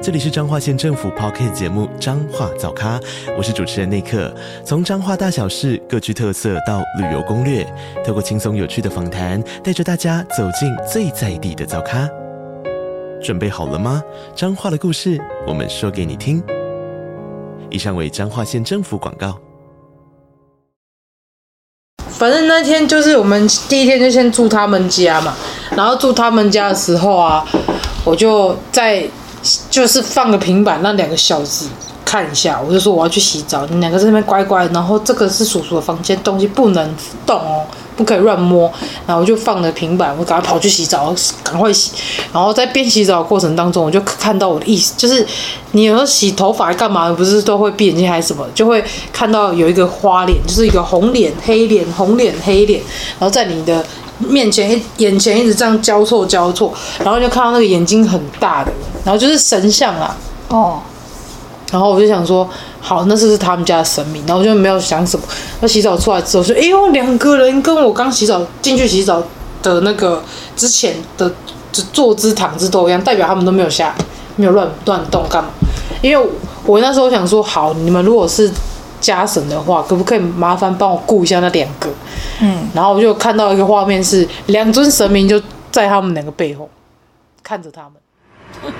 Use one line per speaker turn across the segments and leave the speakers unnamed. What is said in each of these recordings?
这里是彰化县政府 p o c k t 节目《彰化早咖》，我是主持人内克。从彰化大小事各具特色到旅游攻略，透过轻松有趣的访谈，带着大家走进最在地的早咖。准备好了吗？彰化的故事，我们说给你听。以上为彰化县政府广告。
反正那天就是我们第一天就先住他们家嘛，然后住他们家的时候啊，我就在就是放个平板让两个小子看一下，我就说我要去洗澡，你两个在那边乖乖，然后这个是叔叔的房间，东西不能动哦，不可以乱摸，然后我就放了平板，我赶快跑去洗澡，赶快洗，然后在边洗澡的过程当中，我就看到我的意思就是，你有时候洗头发干嘛，不是都会闭眼睛还是什么，就会看到有一个花脸，就是一个红脸、黑脸、红脸、黑脸，然后在你的面前一眼前一直这样交错交错，然后就看到那个眼睛很大的，然后就是神像啊，
哦，
然后我就想说，好，那是不是他们家的神明？然后我就没有想什么。那洗澡出来之后就，哎呦，两个人跟我刚洗澡进去洗澡的那个之前的就坐姿躺姿都一样，代表他们都没有下，没有乱乱动干嘛？因为我那时候想说，好，你们如果是家神的话，可不可以麻烦帮我顾一下那两个？
嗯，
然后我就看到一个画面是两尊神明就在他们两个背后看着他们。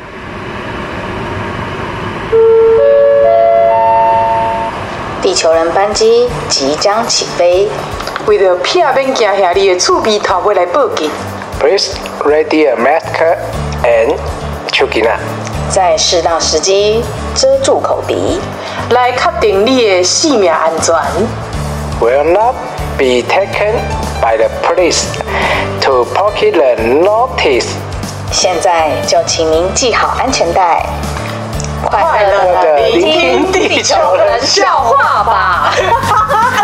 地球人班机即将起飞，
为了避免惊吓你的厝边头尾来报警。
Please ready a mask and chukina.
在适当时机遮住口鼻。
来确定你的性命安全。
Will not be taken by the police to pocket the notice.
现在就请您系好安全带，快
乐地聆
听地球人笑话吧。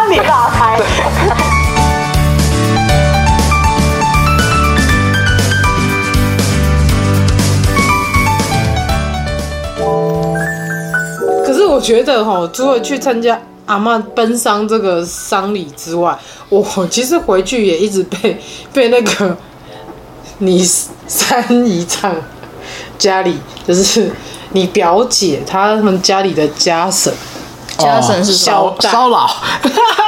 你老开。
可是我觉得哈，除了去参加阿嬷奔丧这个丧礼之外，我其实回去也一直被 被那个你三姨丈家里，就是你表姐他们家里的家婶，
家神是
小蛋
骚扰，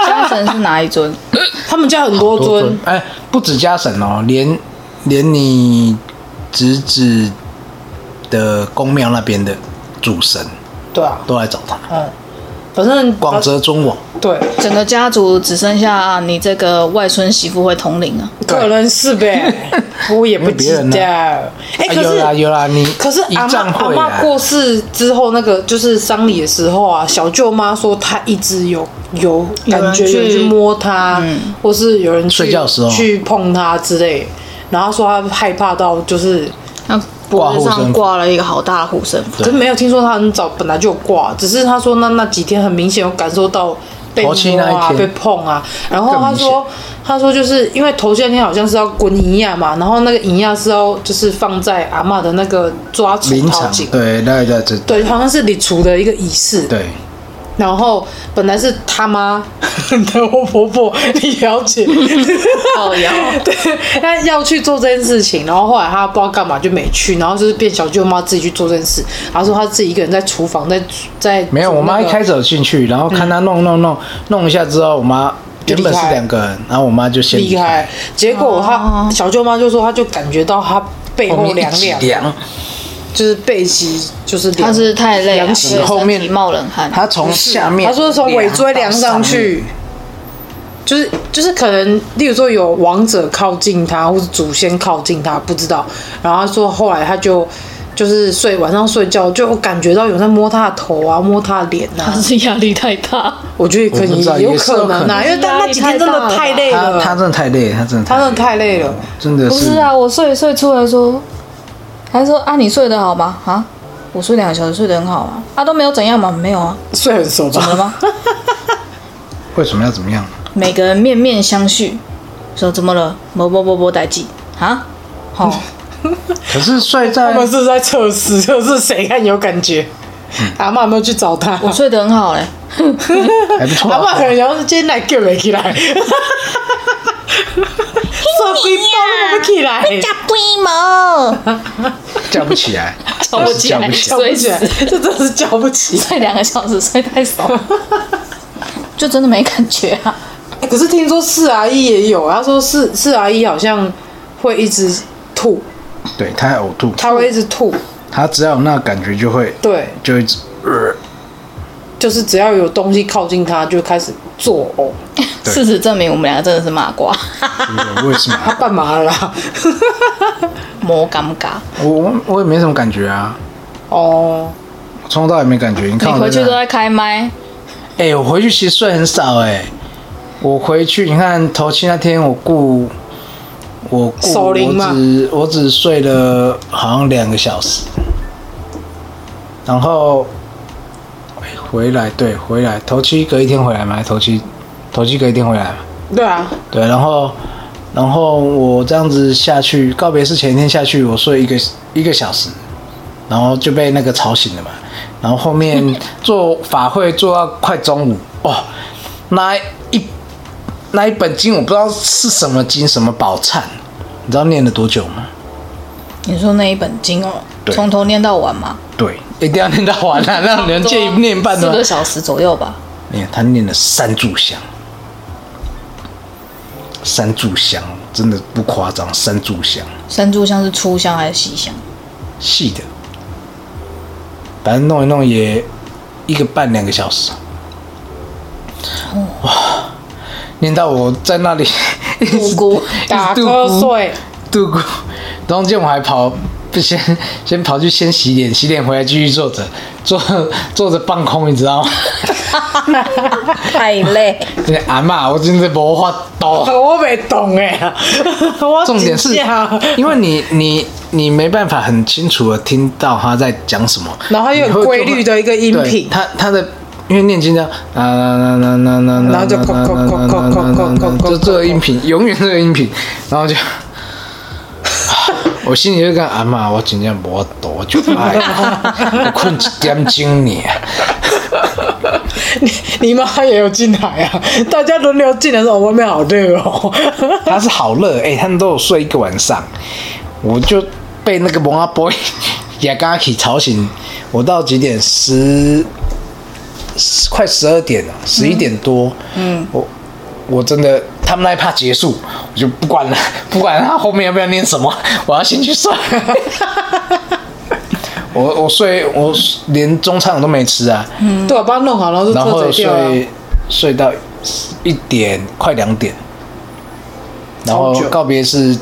家神是哪一尊？
他们家很多尊，
哎，不止家神哦，连连你侄子的公庙那边的主神
对啊，
都来找他，
反正
广泽尊王。
对，
整个家族只剩下你这个外孙媳妇会统领啊。
可能是 呗，我也不
别
知
人呢
道。哎，
哎
可
有
是
啦有啦，你
可是
一
阿妈
丈
阿
会啊
妈
啦，
过世之后，那个就是丧礼的时候啊，小舅妈说她一直有有
有人
感觉有人
去
去摸她，或是有人去
嗯睡觉的时候
去碰她之类的，然后说她害怕到就是，
那脖子上挂了一个好大的护身符
可，是没有听说她很早本来就有挂，只是她说那那几天很明显有感受到。被
头七
摸
那一
啊，
天
被碰啊，然后
更
她
明显
说，她说就是因为头七那天好像是要滚银亚嘛，然后那个银亚是要就是放在阿嬷的那个抓储
临
套
场
井，
对，那个这
对，好像是礼厨的一个仪式。
对，
然后本来是他 妈的我婆婆，你了 解？
靠腰
哦 对，她要去做这件事情，然后后来她不知道干嘛就没去，然后就是变小舅妈自己去做这件事。然后说她自己一个人在厨房，在在
没有，
煮
我妈
那
一
个
开始有进去，然后看她弄弄弄弄一下之后，我妈
就
原
离开
本是两个人，然后我妈就先
离开，结果她小舅妈就说，她就感觉到她背
哦后
后
面
凉
一起
凉，
凉，
就是背脊就是凉
他是太累了，
凉
所
起
以
后
身
面
体冒冷汗。啊
她从下面，
他说从尾椎量上去，就是就是可能，例如说有王者靠近他，或是祖先靠近他，不知道。然后他说后来他就就是睡晚上睡觉，就感觉到有人在摸他的头啊，摸他的脸啊
他。是压力太大，
我觉得可
我不知道
能
也是有
可能啊，
可能
因为但那几天真的太累
到她她
了，
真的太累，她真的
他
累
真的太累了。
真的
不
是
是啊，我睡一睡出来说，他说啊，你睡得好吗？啊，我睡两个小时，睡得很好啊，啊都没有怎样嘛，没有啊，
睡很熟
怎么了
吧？
吗？
为什么要怎么样？
每个人面面相觑，说怎么了？某某某某代记啊？好、
可是睡
他
在
们是在测试， 测试谁看有感觉。
嗯
阿妈有没有去找他？
我睡得很好嘞、
还不错
阿
啊、
妈可能想说今天来叫没起来，手机包都不起来，
加规模，
叫不起来，
叫不起来
叫不起
叫不起来，这真的是叫不起。
睡两个小时睡太 少，就真的没感觉啊。
欸可是听说四阿姨也有，她说四四阿姨好像会一直吐，
对他还呕吐，
她会一直吐，
他只要有那感觉就会，
对，
就一直、呃
就是只要有东西靠近她就开始作呕。
对
事实证明，我们两个真的是麻瓜，
对为什
她
么？
干嘛了 啦？
魔尴尬。
我我我也没什么感觉啊，
哦，
我从头到尾没感觉。你
你
看我
回去
在
都
哪
在开麦，
哎、我回去其实睡很少哎、我回去你看头七那天我顾我顾
守
我
灵嘛
只我只睡了好像两个小时，然后、哎回来对回来头七隔一天回来嘛，还是头七头七隔一天回来嘛，
对啊，
对，然后然后我这样子下去告别式前一天下去，我睡一个一个小时，然后就被那个吵醒了嘛。然后后 面做法会做到快中午，哦，那一那一本经我不知道是什么经什么宝忏，你知道念了多久吗？
你说那一本经哦，
对
从头念到晚 嘛，
对，一定要念到完啊，让人介意念半
四
段
个。小时左右吧。
你看他念了三炷香，三炷香真的不夸张，三炷香。
三炷香是粗香还是细香？
细的，反正弄一弄也一个半两个小时。哇！
哦
念到我在那里一直
独孤
一直
打
度
瞌
孤
睡，
度过，中间我还跑，不先 先跑去先洗脸，洗脸回来继续坐着，坐坐着放空，你知道吗？
太累，
这阿嬷，我真的无法度。
我没懂哎、 我
重点是
真的，
因为你你你没办法很清楚的听到他在讲什么，
然后又有
你会
规律的一个音
对
频
他他的因为念经这样啊啦啦啦啦啦，
然后就
啦啦啦啦啦啦啦啦就这个音频，永远这个音频，然后就。我心里就讲阿妈，我真正无多，我就爱，我困一点钟呢。
你你妈也有进来啊，大家轮流进来的时候，外面好热哦。
他是好热，哎、他们都有睡一个晚上，我就被那个蒙阿 boy 雅嘎起吵醒，我到几点？十，十快十二点了，十一点多。嗯，我我真的他们那一趴结束，我就不管了， 不管他后面要不要念什么， 我要先去睡。我我睡我连中餐我都没吃啊，
对，我帮他弄好，然后就
然
车
后
嘴掉了。
啊
睡睡到一点快两点，然后
超久
告别式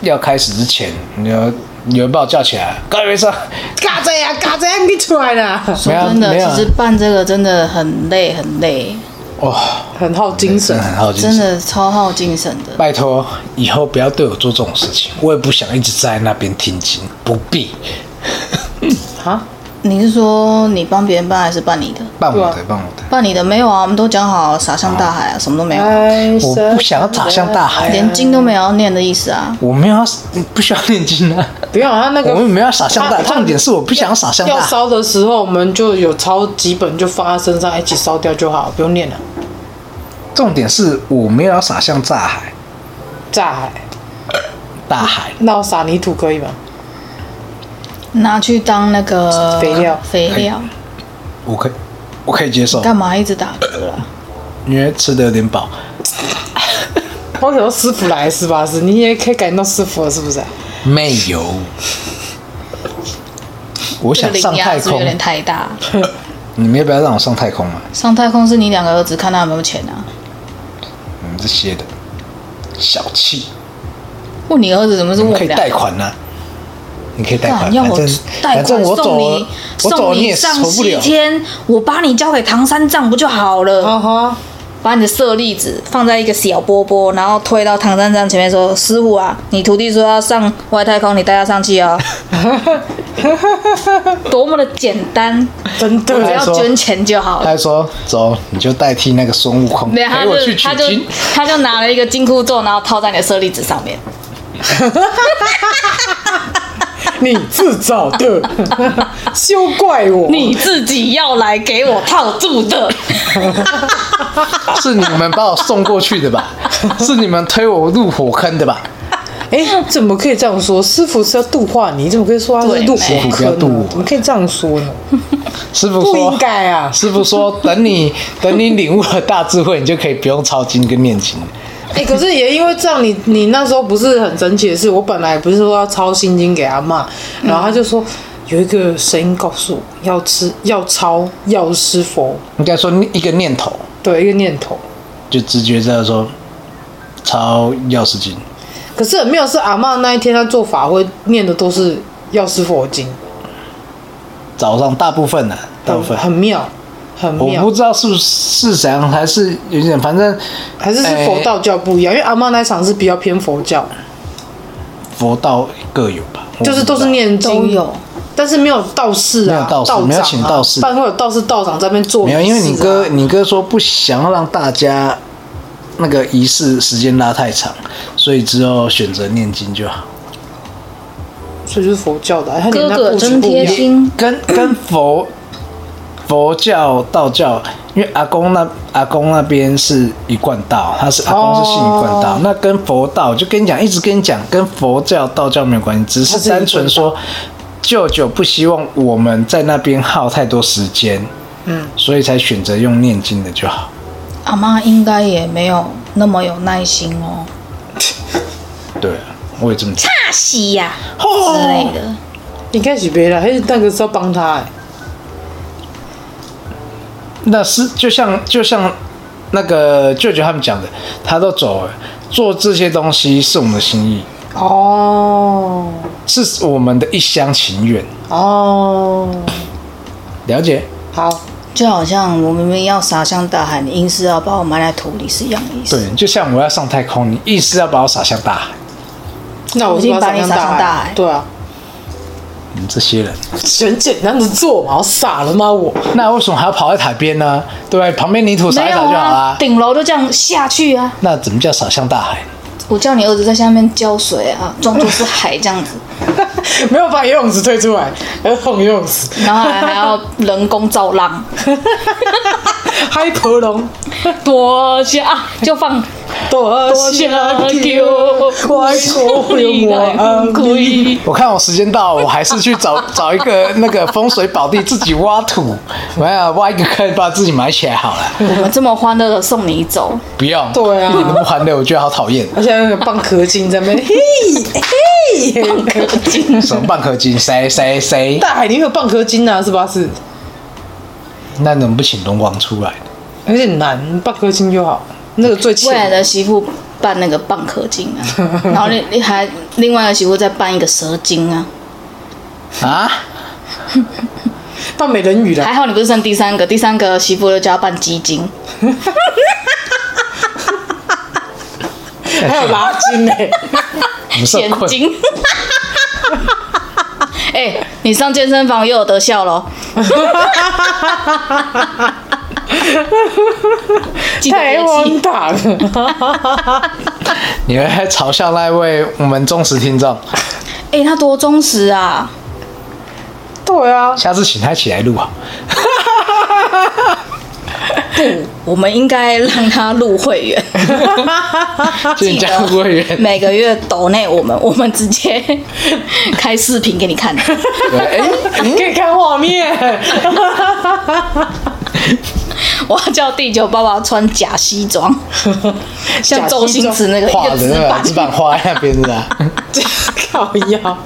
要开始之前，你要有人把我叫起来，告别式，啊
嘎子呀，嘎子呀，你出来啦！
没
说
有啊
真
没有
的，其实办这个真的很累，很累，
哇，
很耗精
真
神
的，很好奇，
真的超耗精神的。
拜托以后不要对我做这种事情，我也不想一直在那边听经，不必
你是说你帮别人办还是办你的？
办我
对
啊
的办我的，
办你的没有啊，我们都讲好洒向大海啊，什么都没有啊，
哎
哎
我不想要洒向大海啊
连经都没有要念的意思啊。
我没有要不需要念经啊，
不要他那个
我们没有要洒向大，
他
重点是我不想要洒向
要
大，
烧的时候，我们就有抄几本，就放在身上一起烧掉就好，不用念了。
重点是我没有要洒向大海，
炸海，
大海。
那我撒泥土可以吗？
拿去当那个
肥料
肥料
我可以，我可以接受，
干嘛一直打嗝啊？
因为吃的有点饱。
我想说师傅来是吧？是，你也可以改弄师傅了是不是啊？
没有，我
这
想
个
上
领
太
压是不是
空
有。点太大。
你们要不要让我上太空啊？
上太空是你两个儿子看他有没有钱啊？
你们这些的小气，
问你儿子怎么是问
你
我
可以
俩？
贷款呐、你可以贷
干
款，
要
反
我
正
贷
反正
款
我
送
走
你
了，我走
送
了你
你
也
上
存不
西
了。
天，我把你交给唐三藏不就好了？
哦
啊哈，
把你的舍利子放在一个小波波，然后推到 唐三藏前面说：“师傅啊，你徒弟说要上外太空，你带他上去哦。”多么的简单，
真
只
的
还
要
说
捐钱就好了。
他还说：“走，你就代替那个孙悟空
没有，他
陪我
就
去取
他就
经。
他就拿了一个金箍咒，然后套在你的舍利子上面。
你自找 的，休怪我。
你自己要来给我套住 的，
是你们把我送过去的 吧？是你们推我入火坑的吧？
哎、怎么可以这样说？师傅是要度化你，怎么可以说他是入火
对师傅不
坑
要
呢？
度我
怎么可以这样说呢？
师傅
不
说
应该啊！
师傅说，等你等你领悟了大智慧，你就可以不用抄经跟念经。
哎、可是也因为这样，你你那时候不是很神奇的是，我本来不是说要抄心经给阿妈，然后他就说、有一个声音告诉我要吃要抄药师佛，
应该说一个念头，
对一个念头。
就直觉知道说抄药师经。
可是很妙是阿妈那一天她做法会念的都是药师佛经，
早上大部分呢、啊大部
很
分
哦很妙，很
我
妙
不。知道是不是怎样，还是有点，反正
还是是佛道教不一样，
哎
因为阿妈那一场是比较偏佛教，
佛道各有吧，我不知
就
道
是都是。念经
都有，
但是没有道士
没有
啊，
道士
长啊
没有请道士
不然会有道士道长在那边做仪
没
式啊、
有，因为你哥你哥说不想要让大家那个仪式时间拉太长，所以只有选择念经就好。
所以就是佛教的啊、他连
哥
那
哥
布置
真
不一
贴
样。
心。
跟跟佛佛教、道教，因为阿公那阿公那边是一贯道，他是阿公是信一贯道，那跟佛道就跟你讲，一直跟你讲，跟佛教、道教没有关系，只
它是一
是
贯道
单纯说舅舅不希望我们在那边耗太多时间，嗯，所以才选择用念经的就好。
阿妈应该也没有那么有耐心哦，
对，我也这么讲。
大喜呀、之类的。
应该是别了，还是那个是要帮他、欸。
那是就像就像那个舅舅他们讲的，他都走了，做这些东西是我们的心意。
哦
是我们的一厢情愿，
哦，
了解？
好，
就好像我明明要撒向大海，你硬是要把我埋在土里是一样的意思。
对，就像我要上太空，你硬是要把我撒向大海，
那我
我已
是
经
不是要
把
上
你撒上大
海
海
对啊，
你们这些人，
很简单的做嘛，我傻了吗我？
那为什么还要跑在海边呢？对不对？旁边泥土撒
没
一
有
撒就好
啊
啦，。
顶楼就这样下去啊！
那怎么叫撒向大海？
我叫你儿子在下面浇水啊，装作是海这样子，
没有把游泳池推出来，儿童游泳池，
然后还还要人工造浪，
嗨婆龙，
多下就放
多
下
谢啊
球
球，外国人我爱你。
我看我时间到了，我还是去 找找一个那个风水宝地自己挖土，我要挖一个坑把自己埋起来好了。
我们这么欢乐的送你走，
不用，
对啊
一点都不欢乐，我觉得好讨厌。
而且还有那个蚌壳精在那边，嘿，嘿，
什么蚌壳精，谁谁谁？
大海里面有蚌壳精啊，是吧？是，
那怎么不请龙王出来？
有点难，蚌壳精就好，那个最
未来
浅。
的媳妇办那个蚌壳精啊，然后另另还另外一个媳妇再办一个蛇精啊，
啊？
扮美人鱼啦，
还好你不是生第三个，第三个媳妇就叫她办鸡精，
还有拉筋呢、
我们是
眼
有困
睛。 哎、你上健身房又有得效喽！记得
太
别
荒
气，
唐了。
你们还嘲笑那位我们忠实听众，
哎、他多忠实啊！
对啊，
下次请他起来录啊。
我们应该让他入会员，
就你加入会员，
每个月抖内我们，我们直接开视频给你看。
对，哎、
可以看画面，
我要叫地球爸爸穿假西装，像周星驰那个一
画
个
的
纸
那
板
个，纸板画在那边的、啊，
靠腰。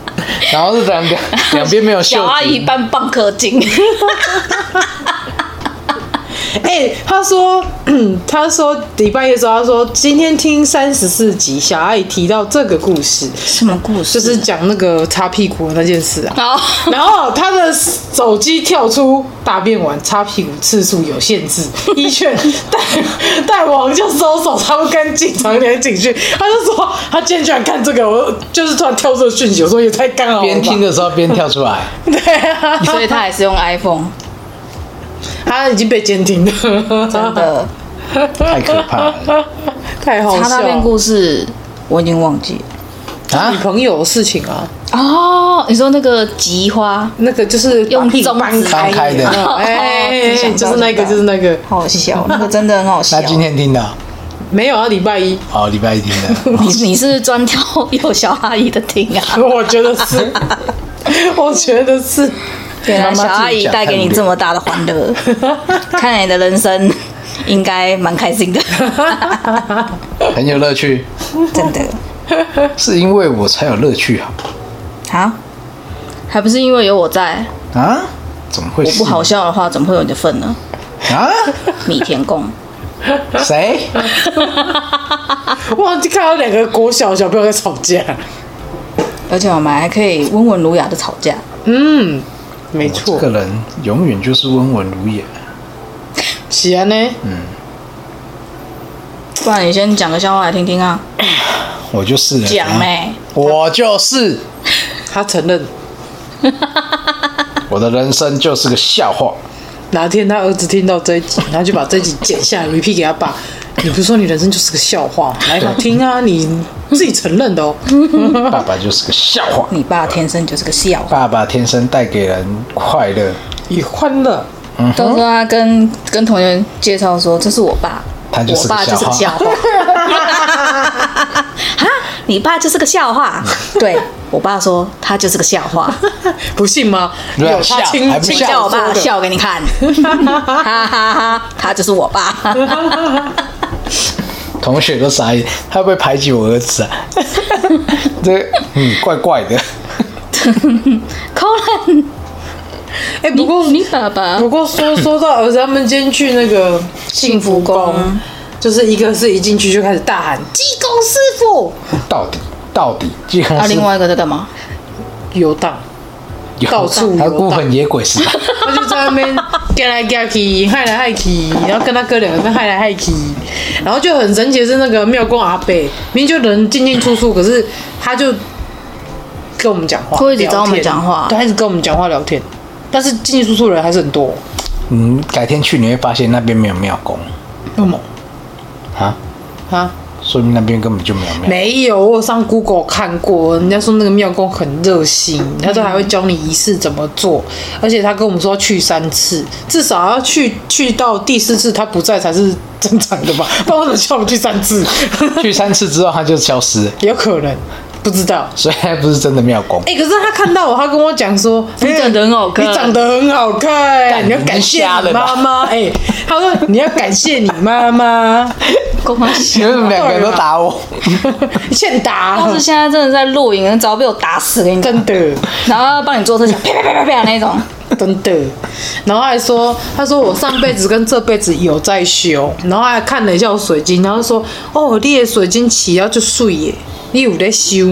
然后是两边两边没有袖
小阿姨
子，
扮蚌壳精。
哎、他说，他说礼拜一的时候，他说今天听三十四集，小阿姨提到这个故事，
什么故事？
就是讲那个擦屁股的那件 事啊。
好，
然后他的手机跳出大便完擦屁股次数有限制， 医劝带带网就收手，他会跟警察点警讯。他就说他今天居然看这个，我就是突然跳出这个讯息，我说也太干扰了吧。
边听的时候边跳 出来，
对啊，
所以他还是用 iPhone，
他已经被监听了，
真的。
太可怕了
太好
他
笑
那边
了。
故事我已经忘记了。
啊
女！朋友的事情啊，
哦，你说那个菊花，
那个就是
用
把屁股
中指
搬
搬开的
嗯哎，
哦
就是那个，就是那个，
好笑，那个真的很好笑
那。今天听的，
没有啊，礼拜一，
哦，礼拜一听 的，
你你是专挑有小阿姨的听啊？
我觉得是，我觉得是。
对啊，
妈妈自
小
己
阿姨
讲
带给你这么大的欢 乐，看来你的人生应该蛮开心 的，
很有乐趣，
真的。
是因为我才有乐趣啊！
啊，还不是因为有我在，
啊？怎么会
我
是
不好笑的话，怎么会有你的份 呢？
啊？
米田共，
谁？
忘记看到两个国小小朋友在吵架。
而且我们还可以温文儒雅的吵架。
嗯，没
这
错
个。人永远就是温文儒雅。
喜安呢？
不然你先讲个笑话来听听啊，
我就是了
讲呗、
我就是，
他承认
我的人生就是个笑话。
哪天他儿子听到这一集，他就把这一集剪下来 repeat 给他爸。你不是说你人生就是个笑话？来吧，听啊，你自己承认的哦。
爸爸就是个笑话，
你爸天生就是个笑话，
爸爸天生带给人快乐，
与欢乐，
到时候他跟跟同学介绍说这是我爸，
他就
我
是个
爸
笑
就是个笑
话。
话。 哈，你爸就是个笑 话。对我爸说他就是个笑 话，
不信吗？
对啊
有他
笑
亲
还不
亲
笑
叫
叫
我爸
说的。
笑给你 看，哈哈哈，他就是我 爸。
同学都傻眼，他会不会排挤我儿子啊？ 这嗯，怪怪的。
Colin，
哎，不过
你爸爸
不过说说到儿子，他们今天去那个幸福宫，就是一个是一进去就开始大喊“济公师傅
到底到底，济公
啊，
是
另外一个在干嘛？”，
游荡，
有
到处
他
游荡
孤魂野鬼是吧？
他就在那边干来干去，害来害去，然后跟他哥两个人害来害去，然后就很神奇的是那个庙公阿北，明明就人进进出出，可是他就跟我们讲话，
会一直找我们
聊天
讲话
对，他一直跟我们讲话聊天，但是进进出出的人还是很多，
嗯，改天去你会发现那边没有庙公
那么
啊，
啊。
说明那边根本就没有庙。
没有，我有上 Google 看过，人家说那个庙公很热心，他都还会教你仪式怎么做，而且他跟我们说要去三次，至少要去去到第四次他不在才是正常的吧？ 不然为什么叫我们去三次？
去三次之后他就消失了，
有可能不知道。
所以他不是真的庙公。
哎、可是他看到我，他跟我讲说：“哎
你长得很好看
你长得很好看，
干
你要感谢你妈妈。”哎、他说：“你要感谢你妈妈，啊
公安系
你们两 个人都打我，
欠 打
要，是现在真的在录影，只要被我打死给你，
真的。”
然后要帮你做特效，啪啪啪啪啪那种。
真的。然后还说，他说我上辈子跟这辈子有在修，然后还看了一下我水晶，然后说，哦，你的水晶起了就碎耶，你有在修。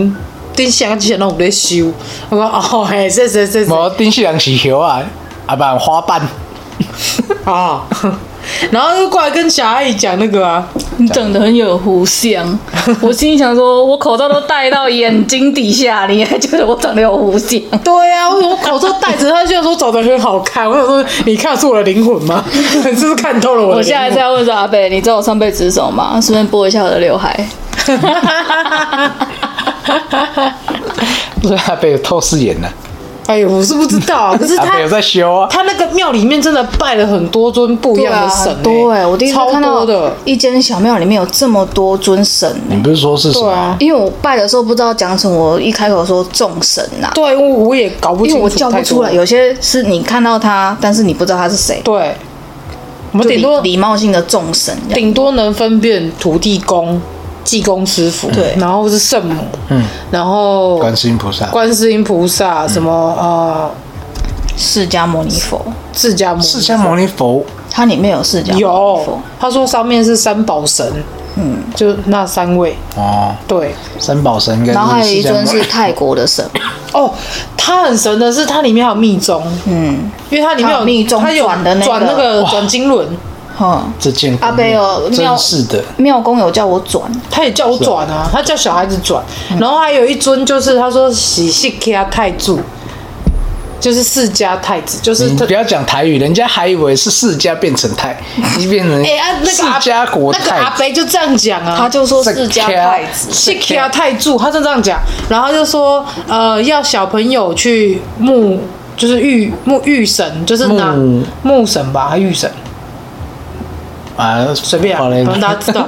丁香之前都有在修，我说哦 嘿，是是是是
我丁细良起球啊，啊不然花瓣，
啊， 然后又过来跟小阿姨讲那个啊，
你长得很有弧 相，我心里想说，我口罩都戴到眼睛底下，你还 觉得我长得有弧相？
对啊，我口罩戴着，他居然说长得很好看，我想说你看出我的灵魂吗？ 你是不是看透了我
我
的
现在
灵魂？
在问说阿贝，你知道我上辈子是什么吗？顺便拨一下我的刘海。
所以他被透视眼了，
哎呦，我是不知道啊，可是
阿
他
北有在修啊。
他那个庙里面真的拜了很多尊不一样的神、欸，
对、啊我第一次
超
看
多
到
的，
一间小庙里面有这么多尊神、
你不是说是什
对啊
么？
因为我拜的时候不知道讲什么，我一开口说众神呐、
对，我我也搞不
因
清
为
楚，
我叫不出来，。有些是你看到他，但是你不知道他是谁，
对，我们
就
顶多
礼礼貌性的众神这样。
顶多能分辨土地公、济公师傅，
对
然后是圣母，
嗯，
然后
观世音菩萨，
观世音菩萨，什么呃
释迦牟尼佛，
释迦牟尼，
释迦牟尼佛
它里面有四角猫头
有
蜂，
他说上面是三宝神，嗯，就那三位，
哦，
对，
三宝神跟
然后还有一
释迦
尊
牟
是
尼
泰国的 神，
哦，它很神的是它里面还有密宗，
嗯，
因为它里面
还有密宗
它有
转的那个
转那个转经轮，
哼，
这件
阿贝有庙
真是的，
庙公有叫我转，
他也叫我转啊，他叫小孩子转，
嗯
然后还有一尊就是他说喜系家太柱，就是世家太子，就是
你
他
不。要讲台语，人家还以为是世家变成泰，你变成
哎、啊，那
世
个阿
家国
那个
泰
阿伯就这样讲啊，
他就说释迦太子，
是 k i 太柱，他就这样讲，然后他就说，呃，要小朋友去沐，就是浴沐浴神，就是拿
沐
沐神吧，还浴神，
啊，
随便、啊，
好嘞
让大家知 道。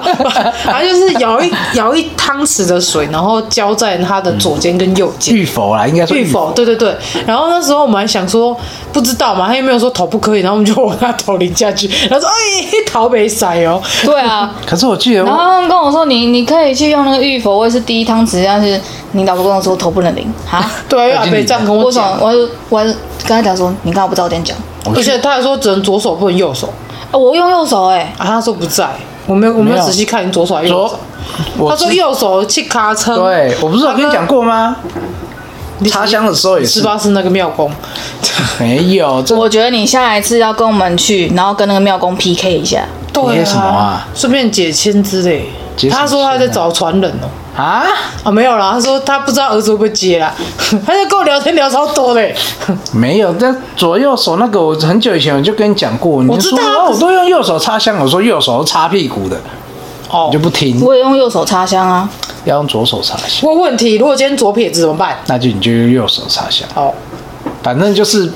然后就是舀一舀一汤匙的水，然后浇在他的左肩跟右肩。
玉佛啦，应该说
浴
佛
否？对对对。然后那时候我们还想说，不知道嘛，他又没有说头不可以，然后我们就往他头淋下去。然后说，哎，头没塞哦。
对啊。
可是我记得
然后
我
他们跟我说你你可以去用那个浴佛，我也是第一汤匙，但是你老婆跟我说头不能淋 啊。
对啊，
哎
因为阿北这样跟我
我想
讲，，
我还我还跟他讲说，你刚刚不知道我点讲，
而且他还说只能左手不能右手。
啊我用右手哎、
啊，他说不在，我没有，我没
没
有
有
仔细看你左手还是右手
说。，我
他说
知
右手去卡车，
对，我不是有跟你讲过吗？
你
插香的时候也
是
是
吧？是那个庙公，
没有，这
我觉得你下一次要跟我们去，然后跟那个庙公 PK 一下，
对
贴什么啊？
顺便解签之类
解。什么
他说他在
签啊
找传人哦、
啊，
啊，没有啦，他说他不知道儿子会不会接啦， 他就跟我聊天聊超多嘞、
没有。但左右手那个，我很久以前我就跟你讲过，你
我
就
知
说
道啊
啊
可是
我都用右手插香，我说右手是擦屁股的，
哦
你就，不听，
我也用右手插香啊。
要用左手插香，
问问题，如果今天左撇子怎么办？
那就你就用右手插香，
哦，
反正就是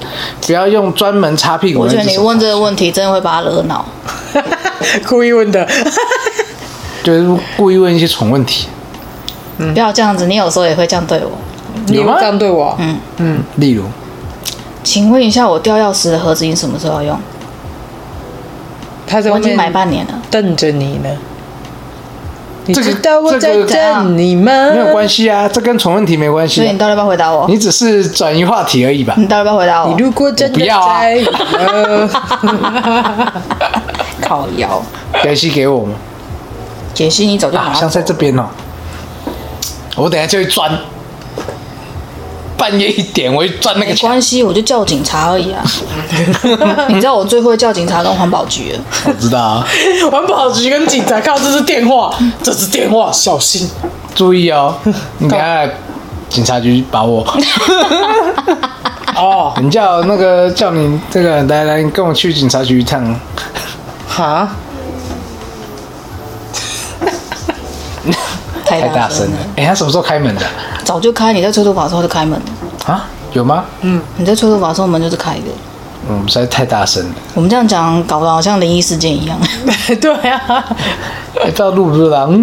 不要用专门擦屁股
我
那
觉
只手
得
插香。
你问这个问题真的会把他惹恼。
故意问 的，
啊就是故意问一些蠢问题，
不要这样子，你有时候也会这样对我。
你
有吗
这样对我？嗯，
例如
请问一下，我掉钥匙的盒子你什么时候要用？
他在
我
外
已经
面
买半年了。
瞪着你呢。你
这个
知道我在
这个
瞪你吗？
没有关系啊，这跟蠢问题没关
所以
系啊
你，到底嗯要不要回答我？
你只是转移话题而已吧。
你到底要不要回答
你
我？
如果真
我不
的
要啊
在意 了，
靠腰，
解析给我们，
解析你早就拿
好像在这边哦。我等一下就会钻，半夜一点我会钻那个
没
墙。
关系，我就叫警察而 已啊。你知道我最会叫警察跟环保局了。
我知道啊，
环保局跟警察靠这是电话，这是电话，小心！
注意哦，你等一下警察局把我，
哦，
你叫那个叫你这个来来，你跟我去警察局一趟。
哈，
太
太大
声
声了，哎、他什么时候开门的
早就开。你在吹头发的时候就开门了，
啊？有吗？
你在吹头发的时候门就是开的。
嗯，实在太大声了，
我们这样讲，搞得好像灵异事件一样。
对啊，
哎不知道录不录啦？嗯，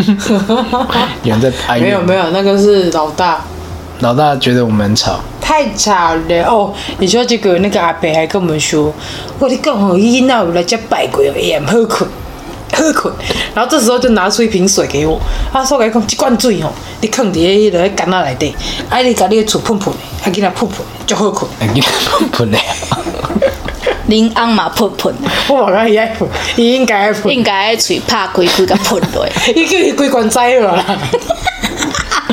有人在哀怨，
没有没有，那个是老大
老大觉得我们很吵，
太吵了哦。你说这个那个阿伯还跟我们说，我跟你讲哦，伊那有来家拜鬼会也好困。喝困，然后这时候就拿出一瓶水给我，他说：“来讲，这罐水吼，你放伫迄个干仔内底，啊，你甲你的厝喷喷的，啊，给它喷喷，就好困。
哎你 不累啊？
林安嘛喷喷，”
我无讲伊爱喷，伊哎应该爱喷，
应该嘴拍开开个喷落，
伊叫伊规罐栽了啦。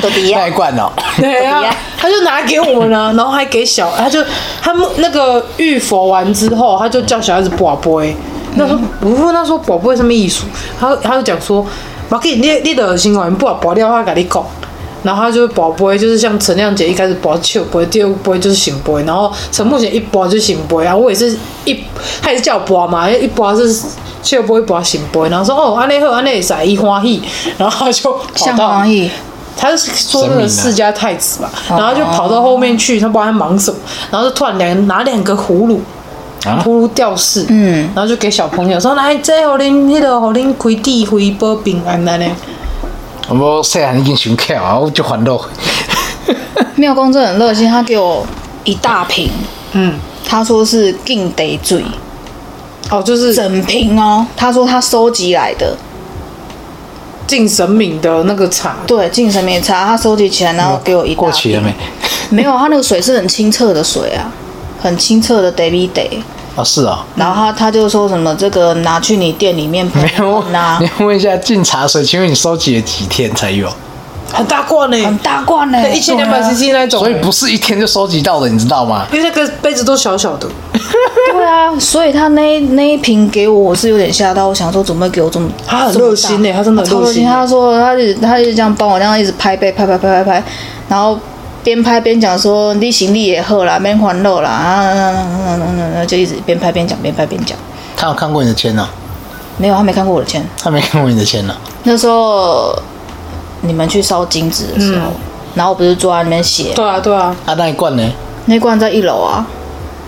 都比
那
呀
一。罐哦，
对
怎么
啊
样，
他就拿给我们了， 然后还给小，他就他们那个浴佛完之后，他就叫小孩子宝贝。那时候
嗯
我问他说宝贝什么意思，他他就讲说，马给你你的新闻不宝掉，我跟你讲。然后他就是宝贝，就是像陈亮姐一开始宝球杯，第二杯就是醒杯，然后陈木贤一波就醒杯，然后我也是一，他也是叫我波嘛，一波是笑杯，一波醒杯，然后说哦安内好安内使伊欢喜，然后他就跑
像
到
黄奕，
他是说那个世家太子嘛，然后就跑到后面去，他不知道他忙什么，然后就突然两拿两个葫芦，
啊
葫芦吊饰，嗯，然后就给小朋友说来，这互恁迄个互恁开地回保平安安尼。
我细汉已经想巧啊，我就烦恼。
妙公真的很热心，他给我一大瓶，
嗯，
他说是净得醉，
哦，就是
整瓶哦。他说他收集来的，
敬神明的那个茶，
对，净神没茶，他收集起来，然后给我一大瓶。
过期了没？
没有，它那个水是很清澈的水啊，很清澈的 d a b y day，
哦，是哦，
然后他他就说什么这个拿去你店里面
没有
喷呐
你，要问一下敬茶水，请问你收集了几天才有？
很大罐呢、
很大罐呢、
一千两百 CC 那种、
所以不是一天就收集到的，你知道吗？
因为那个杯子都小小的，
对啊，所以他那一那一瓶给我，我是有点吓到，我想说怎么会给我这么
他很热心欸
这么大
他真的很
超
热
热
心
心。
欸
他说他就他就这样帮我这样一直拍背拍拍拍拍拍，然后边拍边讲说你行李也好啦，免烦恼啦，啊啊啊啊啊啊啊，就一直边拍边讲边拍边讲。
他有看过你的签呢、
没有，他没看过我的签。
他没看过你的签呢、哦
那时候你们去烧金纸的时候，然后我不是坐在那边写，
嗯对啊对啊，
啊，那一罐呢？
那罐在一楼啊。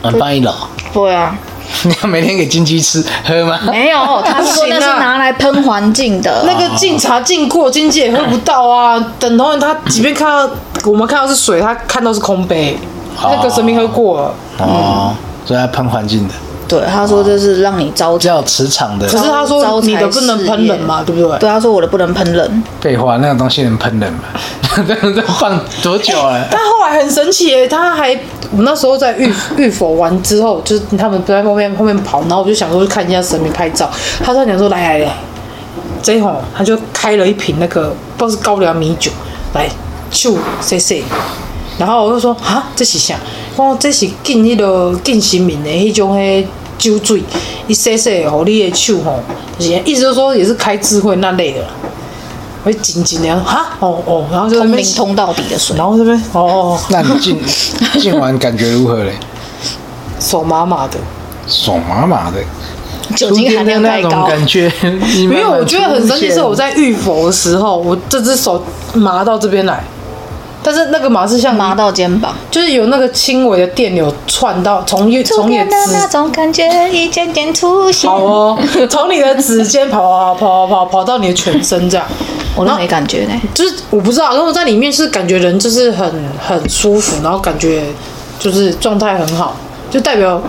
啊，放一楼。
对啊，
你要每天给金鸡吃喝吗？
没有， 他说那是拿来喷环境的。
啊那个敬茶敬过，经济也喝不到啊。等同于他即便看到我们看到是水，他看到是空杯，那个神明喝过了。
哦，所以要喷环境的，
对，他说这是让你招
叫磁场的
可是他说
招财
你的不能喷人嘛，对不对？
对，他说我的不能喷人，
废话，那个东西能喷人吗？ 这放多久啊了？
但后来很神奇耶，他还我们那时候在玉玉佛完之后，就是他们在后面后面跑，然后我就想说去看一下神明拍照。他突然讲说来来来，这吼他就开了一瓶那个不知道是高粱米酒来就谁谁，然后我就说啊这是啥？我这是敬迄个敬神明的迄种迄酒水，伊洗洗吼你的手吼，就是意思就是说也是开智慧那类的啦。我就紧紧的哈哦哦，然后就在那
通
边
灵通到底的水。
然后这边哦哦，
那你进进完感觉如何嘞？
手麻麻的，
爽麻 麻的，
酒精含量太
那种
高，
感觉。
没
没
有，我觉得很神奇，是我在浴佛的时候，我这只手麻到这边来，但是那个麻是像
麻，到肩膀，
就是有那个轻微的电流窜到从叶从你的指，
种感觉一点点出现
好哦，从你的指尖跑跑跑跑跑跑到你的全身这样，
我都没感觉呢。
就是我不知道，因为我在里面是感觉人就是很很舒服，然后感觉就是状态很好，就代表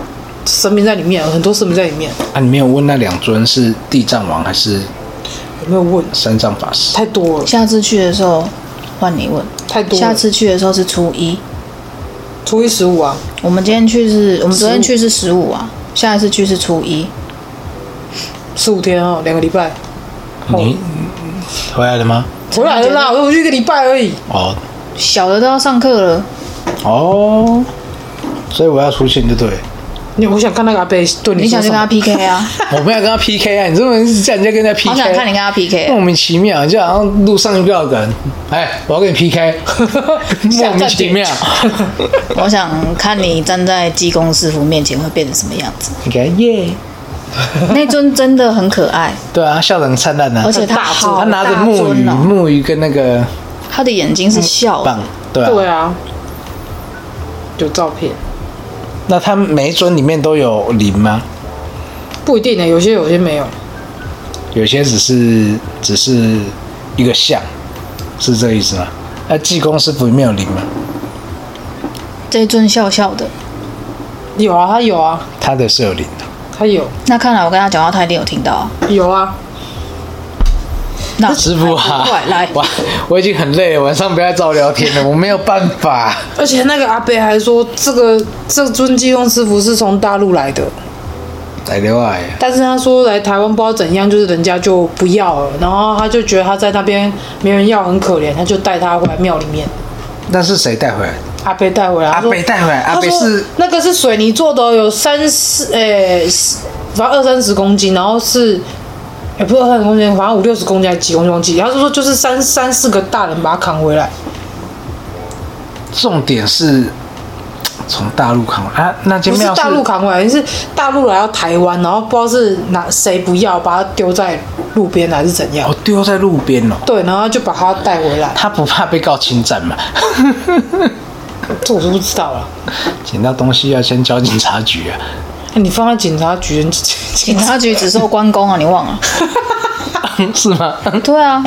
神明在里面，很多神明在里面，
啊，你没有问那两尊是地藏王还是
有没有问？
三藏法师？
太多了，
下次去的时候换你问，
太多了。
下次去的时候是初一，
初一十五啊，
我们今天去是，我们昨天去是十五啊，下一次去是初一。
十五天哦，两个礼拜。
你回来了吗？
回来了啦，我就一个礼拜而已。
哦
小的都要上课了，
哦，所以我要出现就 对了。
你我想看那个阿贝对你
你想
说
去
什
跟他
么？
PK 啊？
我没有跟他 PK 啊！你这么叫人家跟人家 PK，
好想看你跟他 PK
莫名其妙，就好像路上遇到个人，哎，我要跟你 PK，莫名其妙。
我想看你站在济公师傅面前会变成什么样子。
你看耶，
那尊真的很可爱，
对啊，笑容灿烂啊
而，且他好
他拿着木鱼，
大尊哦，
木鱼跟那个
他的眼睛是笑的
棒，对
对
啊。
啊，有照片
那他每一尊里面都有灵吗？
不一定呢，有些有些没有。
有些只是只是一个像，是这意思吗？那济公师傅里面有灵吗？
这尊笑笑的。
有啊，他有啊，
他的是有灵的，
他有
那看来我跟他讲话，他一定有听到啊。
有啊。
那
师傅啊
快，来，
我我已经很累了，晚上不要找我聊天了，我没有办法。
而且那个阿贝还说，这个这尊济公师傅是从大陆来的，
来刘海啊，
但是他说来台湾不知道怎样，就是人家就不要了，然后他就觉得他在那边没人要，很可怜，他就带他回来庙里面。
那是谁带回来的？
阿贝带回来，
阿北带回来，
他
阿北
说
是
那个是水泥做的哦，有三四诶、反正二三十公斤，然后是也、不是二三十公斤，反正五六十公斤还是几公斤忘记。他就说就是三三四个大人把他扛回来，
重点是从大陆扛啊，那间
不是
庙
大陆扛回来，是大陆来到台湾，然后不知道是哪谁不要，把他丢在路边还是怎样
哦。丢在路边哦，
对，然后就把他带回来，
他不怕被告侵占嘛？
这我就不知道啊了。
捡到东西要先交警察局啊，
你放在警察局，你
警察局只收关公啊，你忘了？
是吗？
对啊，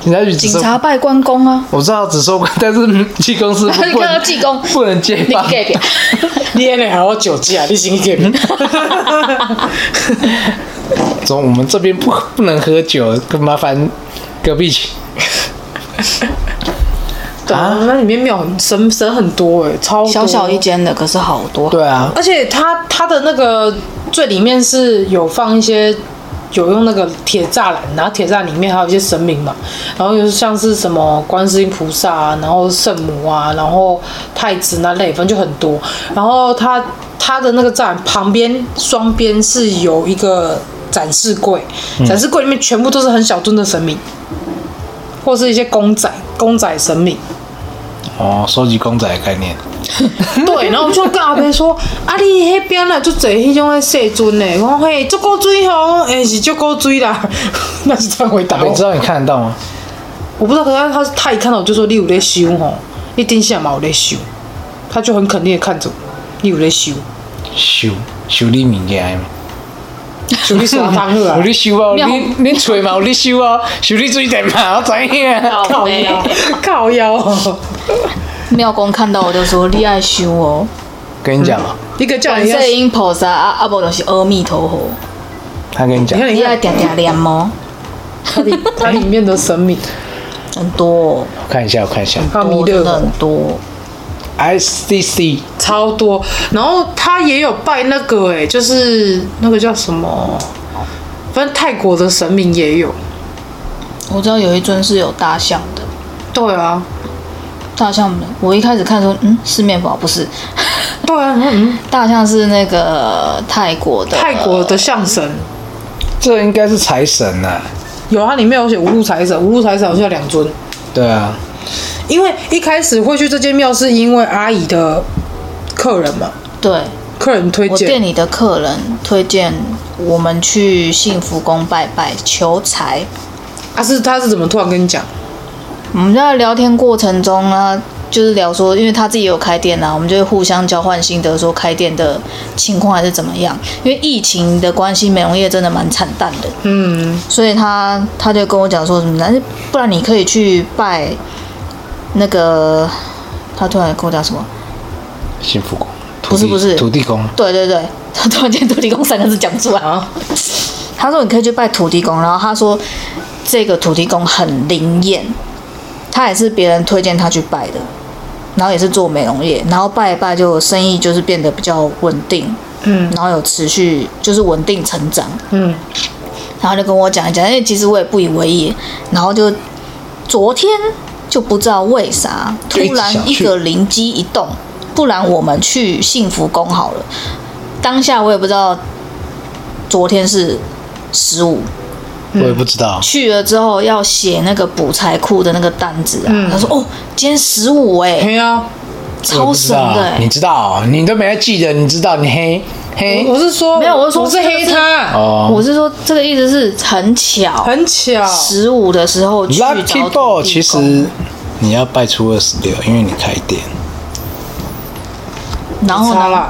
警察局只
警
收，
察拜关公啊。
我知道只收，但是济公是
他就
不
看到
能
济公，
不能接
你
棒。
给给，
你也还要酒驾，你行给别
总我们这边不不能喝酒，更麻烦隔壁去。
对啊，那里面庙很神神很多哎、超多
小小一，间的，可是好多。
对啊，
而且它它的那个最里面是有放一些。有用那个铁栅栏，然后铁栅里面还有一些神明嘛，然后有像是什么观世音菩萨啊，然后圣母啊，然后太子那类，反正就很多。然后它它的那个栅栏旁边双边是有一个展示柜，
嗯
展示柜里面全部都是很小尊的神明，或是一些公仔公仔神明。
哦，收集公仔的概念，
对，然后我就跟阿伯说，啊，你迄边啊，就坐迄种的细船的，我讲嘿，足够水吼，诶、是足够水啦， 那是这样回答
啊你
我
知。道你看得到吗？
我不知道，可是他他一看到我就说你有在修吼，你顶下嘛有在修，他就很肯定的看着我，你有在修，哦
收收你物件的嘛，
所以你说他好 啊
有。你收啊，
庙
你你揣嘛有你收啊，收你水电嘛，我知影。
靠
靠腰， 靠腰哦！
庙公看到我就说：“你爱修哦，
跟你讲啊，
一个叫
观
人家，
世音菩萨啊，啊不就是阿弥陀佛，
他跟你讲
你，看
你
你
爱
看
点点念哦，
它里它里面的神明，
很多、哦，
我看一下，我看一下
阿弥
多真
勒
的
佛
很多。
，I C C
超多。然后他也有拜那个、欸，就是那个叫什么，反正泰国的神明也有。
我知道有一尊是有大象的，
对啊，
大象我一开始看说，嗯，是面包不是，
对啊，嗯，嗯
大象是那个泰国的，
泰国的象神
这应该是财神呐、啊，
有啊，里面有写五路财神，五路财神好像有两尊。
对啊，
因为一开始会去这间庙，是因为阿姨的客人嘛，
对。
客人推
我店
荐。
里的客人推荐我们去幸福宫拜拜求财。
啊是他是怎么突然跟你讲？
我们在聊天过程中呢，就是聊说，因为他自己有开店啊，我们就会互相交换心得，说开店的情况还是怎么样。因为疫情的关系，美容业真的蛮惨淡的。
嗯，
所以他他就跟我讲说什么，但是不然你可以去拜那个，他突然跟我讲什么？
幸福宫，
不
土
是
地
不是
土地公，
对对对，他突然间土地公三个字讲出来啊。他说你可以去拜土地公，然后他说这个土地公很灵验，他也是别人推荐他去拜的，然后也是做美容业，然后拜一拜就生意就是变得比较稳定，嗯，然后有持续就是稳定成长，
嗯，
然后就跟我讲一讲，因为其实我也不以为意，然后就昨天就不知道为啥突
就一直
然
想
一
去
个灵机一动，不然我们去幸福宫好了。当下我也不知道，昨天是十五，嗯
我也不知道，
去了之后要写那个补财库的那个单子啊。他说：“哦，今天十五哎，
对啊，
我也
超
不知
神
道
的
啊，你
哎。
知道，你都没在记得，你知道，你黑黑
我我是说
没有我是说
是黑他，
哦
我是说这个意思是很巧，
很巧，
十五的时候去找土地
，Lucky Ball，
公。
其实你要拜出二十六，因为你开店，
然后
差
呢，
啦，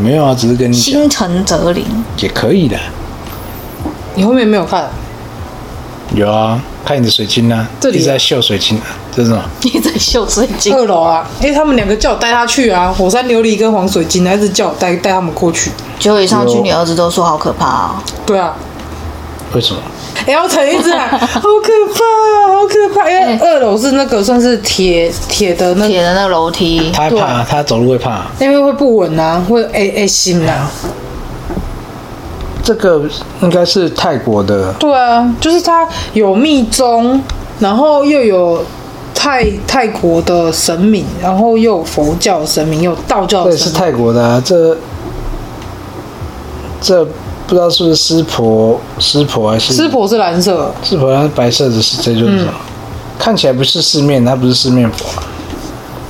没有啊，只是跟你讲
心诚则灵。
也可以的，
你后面没有看，
有啊，看你的水晶啊，
这里啊
一直在秀水晶啊，这是什么？
你在秀水晶，
二楼啊，因为他们两个叫我带他去啊，火山琉璃跟黄水晶，还是叫我带带他们过去。
结果一上去，你儿子都说好可怕哦。
对啊，
为什么？
L 疼一直来，好可怕，啊好可怕！因为二楼是那个算是铁铁的那个，
嗯铁的那个楼梯，
他会
啊
怕，他走路会怕。
因为会不稳啊，会 A A 心啊。
这个应该是泰国的，
对啊，就是它有密宗，然后又有泰泰国的神明，然后又有佛教神明，又有道教
这也
神
是
明。
泰国的、啊，这这不知道是不是湿婆，湿婆还是
湿婆是蓝色，
湿婆？它白色的是这就是什么？
嗯
看起来不是四面，它不是四面佛啊，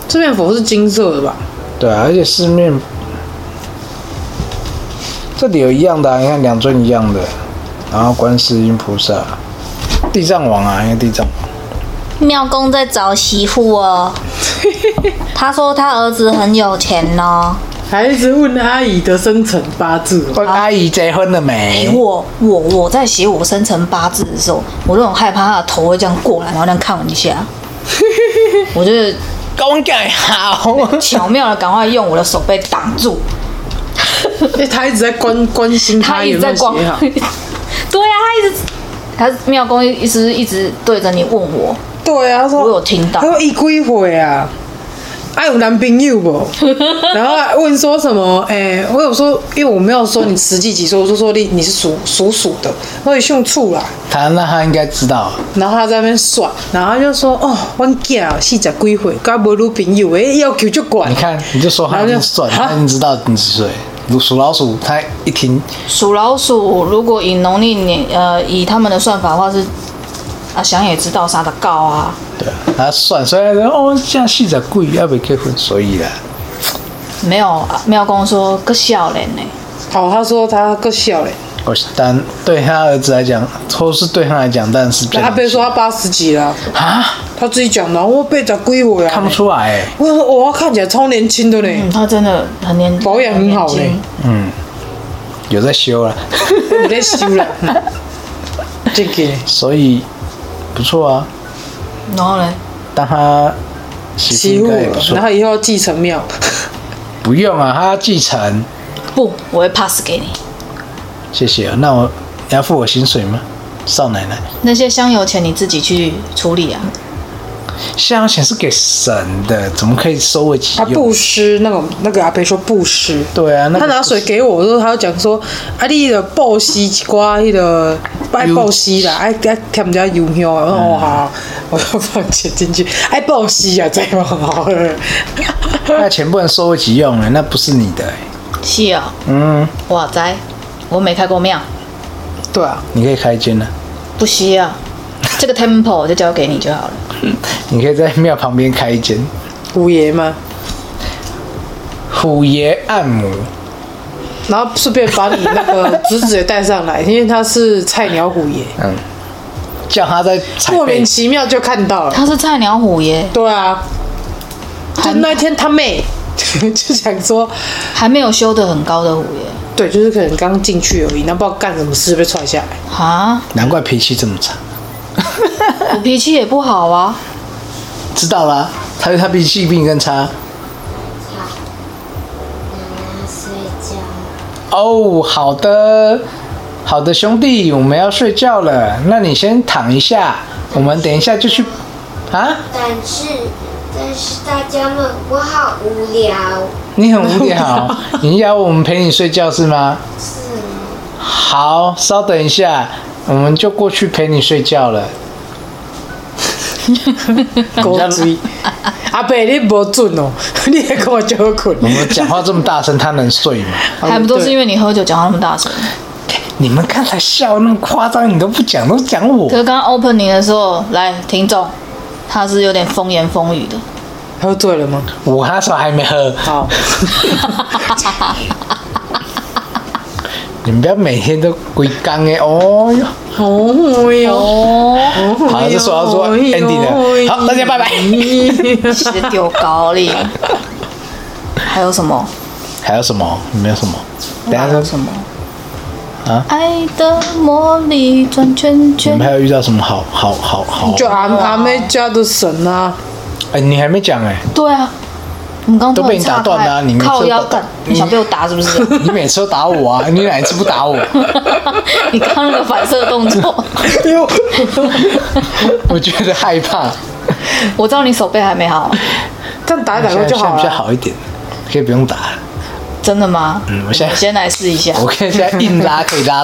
这面佛是金色的吧？
对啊，而且四面这里有一样的、啊，你看两尊一样的，然后观世音菩萨、地藏王啊，你看地藏王。
妙公在找媳妇 哦。他说他儿子很有钱哦。
还一直问阿姨的生辰八字哦，
问阿姨结婚了没
哎，？我我我在写我生辰八字的时候，我都很害怕他的头会这样过来，然后这样看我 一下。我就
公干好，
巧妙的赶快用我的手背挡住。
因为 他一直在关关心
他一
有
直
没
在
有
光，
写 好。
对啊，他一直，他妙公一直一直对着你问我，
对啊，他说
我有听到
他说一归回啊，啊有男朋友不？然后还问说什么？哎、我有说，因为我没有说你实际几岁，我就说你你是属属鼠的，我也姓处啦。
他那他应该知道，
然后他在那边算，然后他就说哦，我囝四十几岁，甲无女朋友，哎要求就管。
你看你就说他
然后就
就算，
啊
他已经知道你几岁。属老鼠，他一听
属老鼠，如果以农历年，呃，以他们的算法的话是，啊，想也知道杀的告啊，
对啊，他算，所以他说哦，这样细仔贵，要不要结婚？所以啦，
没有啊没有跟我说个笑脸呢，
哦，他说他够小嘞，
我但对他儿子来讲，或是对他来讲，当然是比较
阿贝说他八十几了，
啊，
他自己讲的，我八十几岁啊。
看不出来欸，
我说我看起来超年轻的呢。
嗯，他真的很年
保养很好
很年轻
有在修了，
我在修了。嗯 这个
所以不错啊。
然后呢，
但他媳妇
媳
应
妇
该也不，错
然，后以后要继承庙，
不用啊，他要继承，
不，我会 pass 给你。
谢谢啊。那我你要付我薪水吗？少奶奶，
那些香油钱你自己去处理啊，
香油钱是给神的，怎么可以收为己
他
用
布？施那个那个阿伯说布施，
对啊，那
他
个
拿水给我的时候，他就讲说啊，你的布施一寡那个爱布施啦，爱爱添点油香，我说哦
嗯
好，我要放钱进去，爱布施啊，这样 好了。
那钱不能收为己用啊，那不是你的欸、
是啊、
嗯，
哇塞，我没开过庙，
对啊，
你可以开间啊，
不需要，这个 temple 我就交给你就好了。
你可以在庙旁边开一间
五爷嘛，
虎爷按摩，
然后顺便把你那个侄子也带上来，因为他是菜鸟虎 爷，
嗯，叫他在踩
莫
背
名，其妙就看到了。
他是菜鸟虎爷，
对啊，就那一天他妹 就想说，
还没有修得很高的虎爷
对，就是可能刚进去而已，那不知道干什么事被踹下来。
啊，
难怪脾气这么差。
我脾气也不好啊，
知道啦、他他脾气比你更差。
睡觉。
哦，好的，好的，兄弟，我们要睡觉了，那你先躺一下，我们等一下就去啊。
但是，但是大家们，我好无聊。
你很无 聊，你要我们陪你睡觉是吗？
是吗？
好，稍等一下，我们就过去陪你睡觉了。
狗 追，阿伯你无准哦， 你还跟我叫我困
我。们讲话这么大声，他能睡吗？
还不都是因为你喝酒讲话那么大声？
你们刚才笑那么夸张，你都不讲，都讲我
可。是刚刚 opening 的时候，来听众，他是有点风言风语的，
喝醉了吗？
我那时候还没喝，
好，
你们不要每天都鬼刚哎哦哟。
哦哟，
好这说到说 ending 了好大家拜拜
直接丢高 丽。还有什么？
还有什么？没有什么。等一下
还
说
有什么？
啊
爱的魔力转圈
你
圈
们。还有遇到什么好好好 好？
就阿阿妹家的神啊，
哎、你还没讲哎、
对啊，我们刚刚
都被你
突然
打断了啊
岔开
你每次
靠
都
腰
打
干，你想被我打是不 是？
你每次都打我啊，你哪一次不打 我？
你刚刚那个反射动作，
哎 我觉得害怕。
我知道你手背还没好，
这样打一打
啊现
过
在
就
现在
好
比较
了。
好一点，可以不用打了。
真的吗？
嗯我现在
先来试一下。
我看现在硬拉可以拉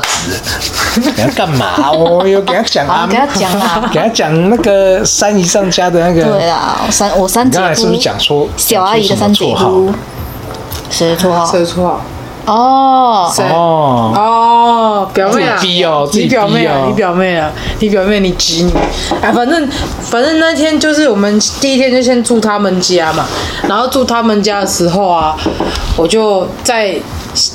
直。你要干嘛？我有给他讲啊
好，，给他讲啦。
给他讲那个三姨上家的那个。
对啦，我三我三
你
姐
刚才
夫
是不是讲说
小阿姨的三姐
讲出什
夫
么？
谁的绰号？
谁错啊？
哦，
谁？
哦，
哦，表妹啊，
自己逼哦自己
你
逼哦
表妹啊，你表妹啊，你表妹，你急你，哎，反正反正那天就是我们第一天就先住他们家嘛，然后住他们家的时候啊，我就在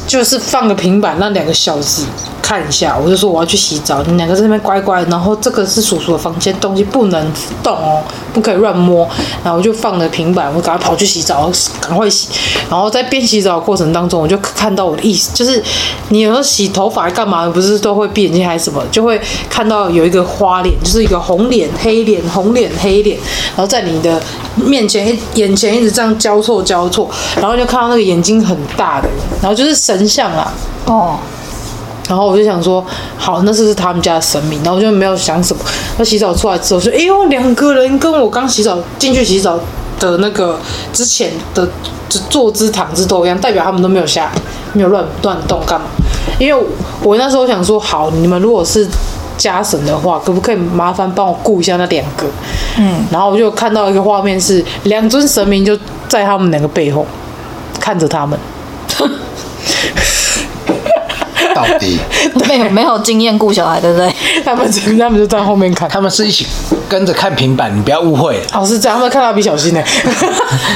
就是放个平板那两个小时看一下，我就说我要去洗澡，你们两个在那边乖乖，然后这个是叔叔的房间，东西不能动哦，不可以乱摸，然后我就放了平板，我赶快跑去洗澡，赶快洗，然后在边洗澡的过程当中，我就看到我的意思，就是你有时候洗头发干嘛，不是都会闭眼睛还是什么，就会看到有一个花脸，就是一个红脸、黑脸、红脸、黑脸，然后在你的面前一眼前一直这样交错交错，然后就看到那个眼睛很大的，然后就是神像啊，
哦，
然后我就想说，好，那是不是他们家的神明？然后我就没有想什么。那洗澡出来之后就，哎呦，两个人跟我刚洗澡进去洗澡的那个之前的坐姿躺姿都一样，代表他们都没有下，没有乱乱动干嘛？因为我那时候想说，好，你们如果是家神的话，可不可以麻烦帮我顾一下那两个？嗯，然后我就看到一个画面是两尊神明就在他们两个背后看着他们，
到底
没有没有经验顾小孩，对不对？
他们他们就在后面看。
他们是一起跟着看平板，你不要误会，
哦，是这样，他们看蜡笔小新呢、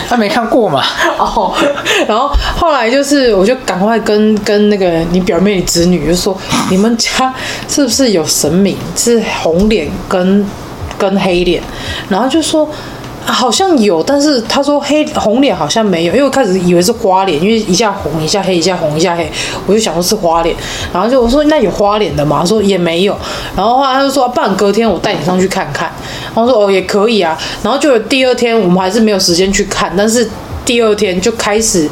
他没看过嘛？
哦，然后后来就是，我就赶快跟跟那个你表妹、你侄女就说，你们家是不是有神明？是红脸跟跟黑脸？然后就说。啊好像有，但是他说黑红脸好像没有，因为我开始以为是花脸，因为一下红一下黑，一下红一下黑，我就想说是花脸，然后就我说那有花脸的吗？他说也没有，然后后来他就说，啊不然隔天我带你上去看看，然后我说哦也可以啊，然后就第二天我们还是没有时间去看，但是第二天就开始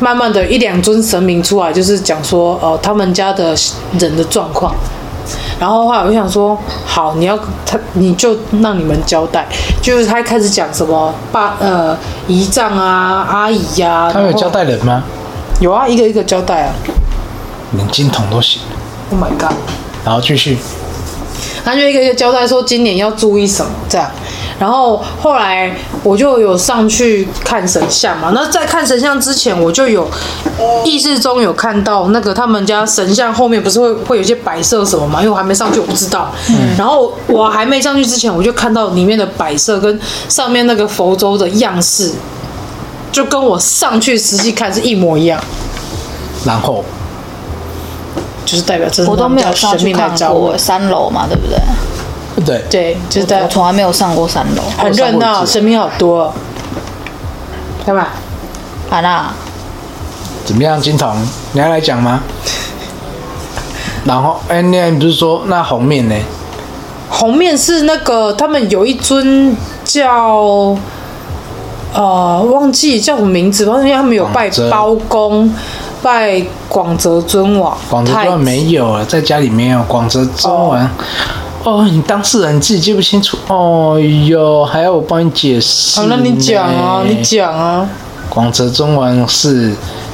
慢慢的一两尊神明出来，就是讲说，呃，他们家的人的状况。然后后来我就想说，好，你要他，你就让你们交代，就是他开始讲什么爸呃姨丈啊、阿姨呀、啊，
他们
然
有
后
交代人吗？
有啊，一个一个交代啊。
连金童都行。
Oh my god！
然后继续，
他就一个一个交代说今年要注意什么这样。然后后来我就有上去看神像嘛，那在看神像之前，我就有意识中有看到那个他们家神像后面不是会会有一些摆设什么嘛，因为我还没上去，我不知道。
嗯
然后我还没上去之前，我就看到里面的摆设跟上面那个佛州的样式，就跟我上去实际看是一模一样，
然后
就是代表真的
我都没
他们
有
家
上
神
去
明来
看
找我
过。三楼嘛，对不对？
不对，
对，就是代
我从来没有上过三楼。
很热闹，
我上过一次
神明好多哦，干嘛？
安娜，
怎么样，金童，你要来讲吗？然后，哎，那你不是说那红面呢？
红面是那个他们有一尊叫呃忘记叫什么名字，反正他们有拜
广泽
包公、拜广泽尊王、
广州
太
州
子
没有了，在家里没有广州州玩。哦，你当事人你自己记不清楚。哦哟，还要我帮你解释、
好，那你讲啊，你。讲啊。
广泽中王是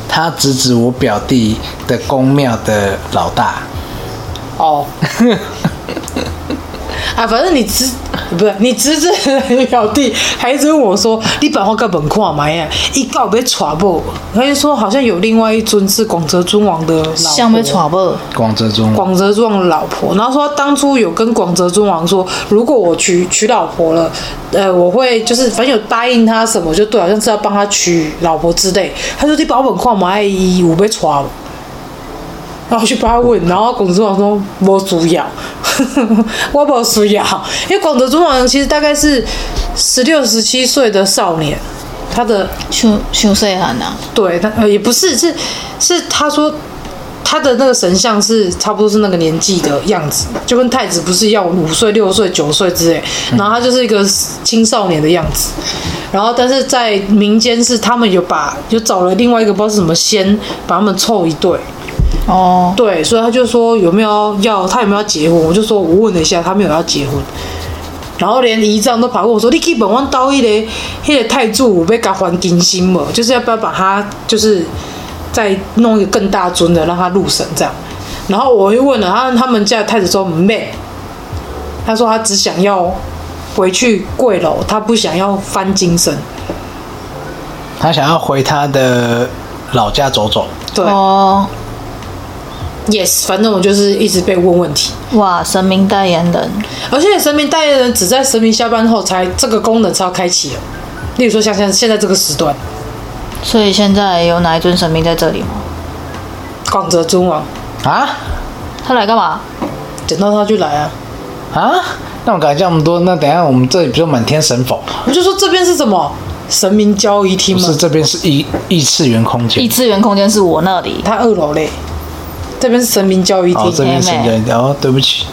他侄子我表弟的公庙的老大，
哦。啊，反正你侄不是你侄子的表弟，还一直问我说：“你把我个本看嘛呀？”一告被传播，他就说好像有另外一尊是广泽尊王的老婆
像被传播，
广泽中王
广泽尊王的老婆，然后说他当初有跟广泽尊王说，如果我娶娶老婆了，呃，我会就是反正有答应他什么，就对，好啊像是要帮他娶老婆之类。他说你把我本看嘛，爱伊有被娶无？然 后我去帮他问，然后广泽尊王说无需要，我无需要，因为广泽尊王其实大概是十六十七岁的少年，他的
像像细汉啊，
对，他呃也不是，是是他说他的那个神像是差不多是那个年纪的样子，就跟太子不是一样，五岁、六岁、九岁之类，然后他就是一个青少年的样子。然后，但是在民间是他们有把就找了另外一个不知道是什么仙，把他们凑一对，
哦，
对，所以他就说有没有要他有没有要结婚，我就说我问了一下，他没有要结婚。然后连姨丈都跑过我说：“你去本湾刀一嘞，那个泰铢有被他还金星嘛，就是要不要把他就是再弄一个更大尊的让他入神这样。”然后我又问了他，他们家的太子说没，他说他只想要回去跪楼，他不想要翻金身。
他想要回他的老家走走。
对、
哦，
y e s 反正我就是一直被问问题。
哇，神明代言人，
而且神明代言人只在神明下班后才这个功能才要开启哦。例如说像像现在这个时段，
所以现在有哪一尊神明在这里吗？
广泽尊王，
啊
他来干嘛？
等到他就来啊。
啊！那我敢讲那么多，那等一下我们这里不就满天神佛？
我就说这边是什么神明交易厅
不
吗
是，？这边是异异次元空间
异。次元空间是我那里，
他二楼嘞，这边是神明交易厅。
哦，这边是
妹妹
人。
哎
哦，对不起，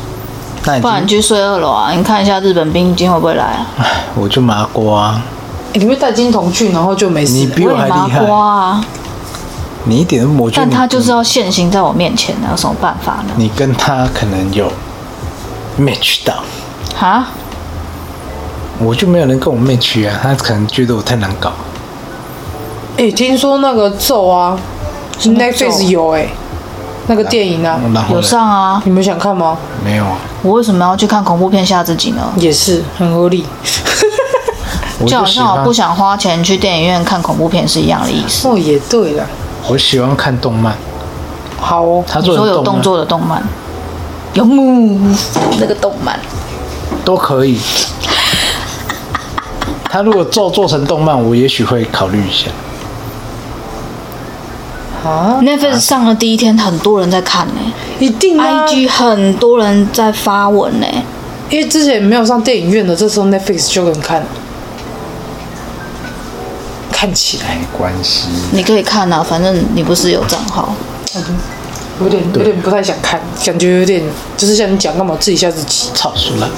那已
不然你
经
去睡二楼啊！你看一下日本兵今天会不会来啊？
唉我就麻瓜啊。
哎诶你会带金童去，然后就没事
你
了。
比我还厉
麻
害。
瓜啊！
你一点都不我觉得
但
你
他就是嗯要现形在我面前，那有什么办法呢？
你跟他可能有 match 到，
啊？
我就没有人跟我 match 啊，他可能觉得我太难搞。
哎、听说那个咒啊
么咒
，Netflix 有哎、那个电影啊，
然后
有
呢
上啊，
你们想看吗？
没有啊？
我为什么要去看恐怖片吓自己呢？
也是很合理。
我
就好
喜
像
欢
我啊不想花钱去电影院看恐怖片是一样的意思。
哦，也对了，
我喜欢看动漫，
好哦，
他
你
做
说
的
有动
漫
作的动漫，有木那个动漫，
都可 以。他如果做做成动漫，我也许会考虑一下。
那份上的第一天，很多人在看呢、
一定啊
i g 很多人在发文呢、
因为之前没有上电影院的，这时候 Netflix 就能看了，看起来
没关系，
你可以看啊，反正你不是有账号。
有点有点不太想看，感觉有点就是像你讲，干嘛自己吓自己？
操死了！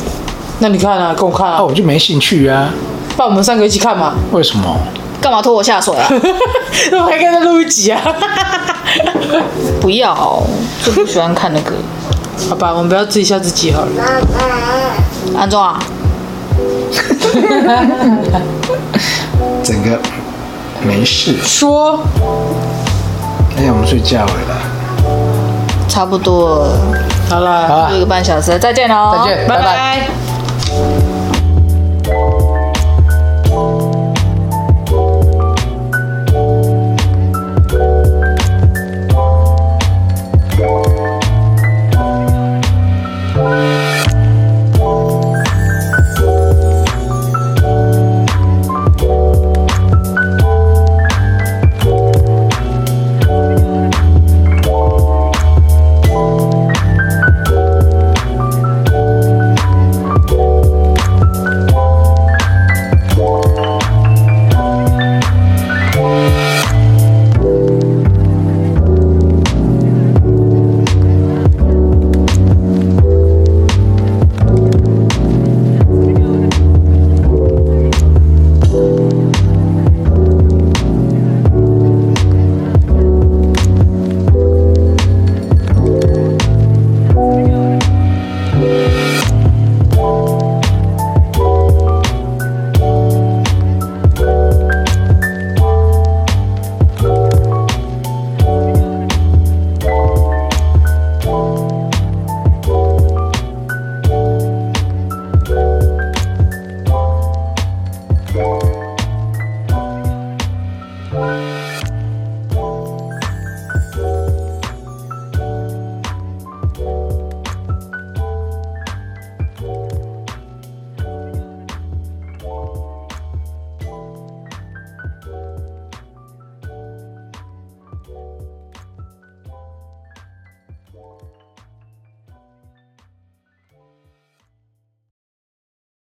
那你看啊，跟我看啊
啊，，我就没兴趣啊。
不然我们三个一起看嘛，
为什么？
干嘛拖我下水 啊？
那我还跟他录一集啊。
不要、就不喜欢看那个。
好吧，我们不要自己吓自己好了。
安装啊，
整个没事。
说
哎呀，我们睡觉了啦。
差不多了，
好啦，
好
一
了，啊
个半小时，再见喽，哦
再见，
拜
拜
拜